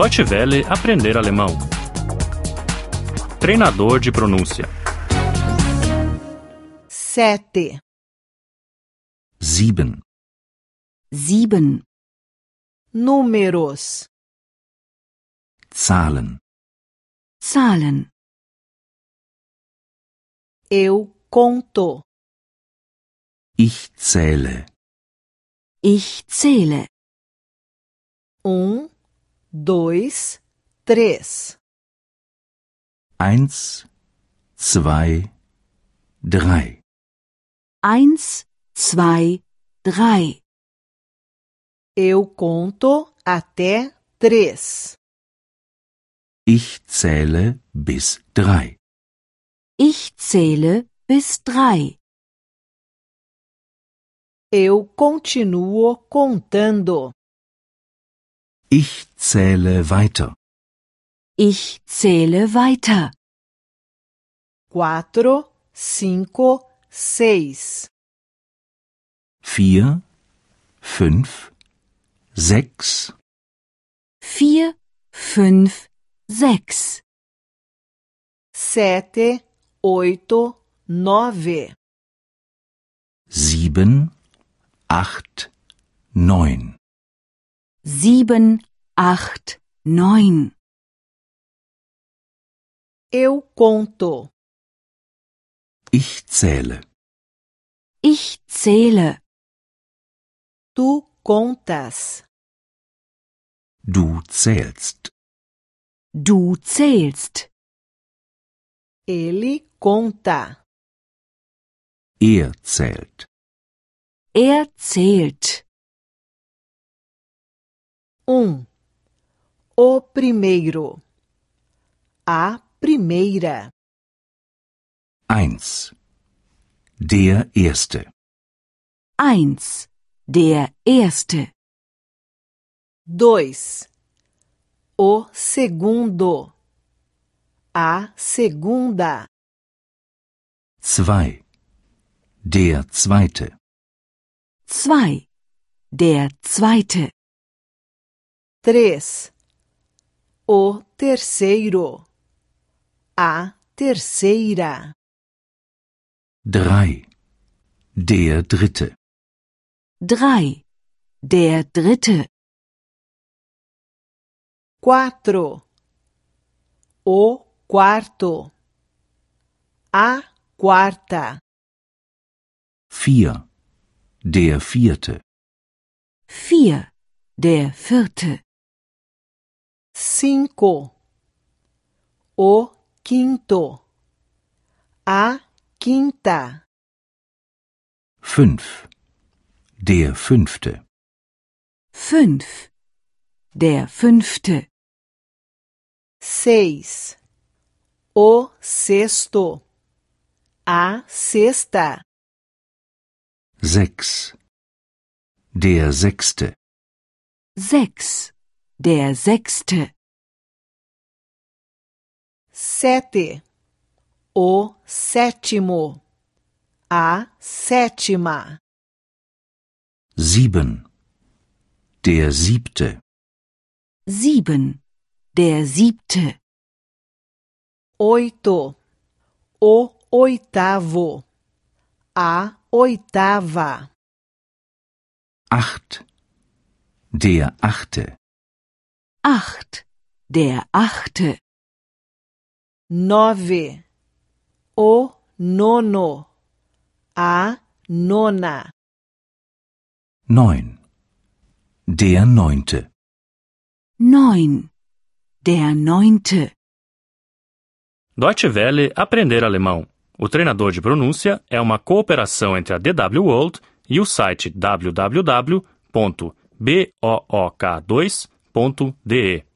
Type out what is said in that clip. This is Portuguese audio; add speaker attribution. Speaker 1: Deutsche Welle aprender alemão. Treinador de pronúncia.
Speaker 2: Sete.
Speaker 3: Sieben.
Speaker 4: 7.
Speaker 2: Números.
Speaker 3: Zahlen.
Speaker 4: Zahlen.
Speaker 2: Eu conto.
Speaker 3: Ich zähle.
Speaker 4: Ich zähle.
Speaker 2: Um, dois, três.
Speaker 3: Eins, zwei, drei.
Speaker 4: 1, 2, 3.
Speaker 2: Eu conto até três.
Speaker 3: Ich zähle bis drei.
Speaker 4: Ich zähle bis 3.
Speaker 2: Eu continuo contando.
Speaker 3: Ich zähle weiter.
Speaker 4: Ich zähle weiter.
Speaker 2: Quatro, cinco, seis.
Speaker 3: Vier, fünf, sechs,
Speaker 4: 4, 5, 6.
Speaker 2: Sete, oito, nove.
Speaker 3: sieben, acht, neun.
Speaker 4: 7, 8, 9.
Speaker 2: Eu conto.
Speaker 3: Ich zähle.
Speaker 4: Ich zähle.
Speaker 2: Tu contas.
Speaker 3: Du zählst.
Speaker 4: Du zählst.
Speaker 2: Ele conta.
Speaker 3: Er zählt.
Speaker 4: Er zählt.
Speaker 2: Um. O primeiro. A primeira.
Speaker 3: Eins. Der Erste.
Speaker 4: 1. Der Erste.
Speaker 2: Dois. O segundo. A segunda.
Speaker 3: Zwei. Der Zweite.
Speaker 4: 2. Der Zweite.
Speaker 2: Três. O terceiro. A terceira.
Speaker 3: Drei. Der Dritte.
Speaker 4: 3. Der Dritte.
Speaker 2: Quatro. O quarto. A quarta.
Speaker 3: Vier. Der Vierte.
Speaker 4: 4. Der Vierte.
Speaker 2: Cinco. O quinto. A quinta.
Speaker 3: Fünf. Der Fünfte.
Speaker 4: 5. Der Fünfte.
Speaker 2: seis, O sexto. A sexta.
Speaker 3: Sechs. Der Sechste.
Speaker 4: 6. Der Sechste.
Speaker 2: sete, O sétimo. A sétima.
Speaker 3: Sieben. Der Siebte.
Speaker 4: 7. Der Siebte.
Speaker 2: oito, O oitavo. A oitava.
Speaker 3: Acht. Der Achte.
Speaker 4: 8. Der Achte.
Speaker 2: nove, O nono. A nona.
Speaker 3: Neun. Der Neunte.
Speaker 4: 9. Der Neunte.
Speaker 1: Deutsche Welle aprender alemão. O treinador de pronúncia é uma cooperação entre a DW World e o site www.book2.de.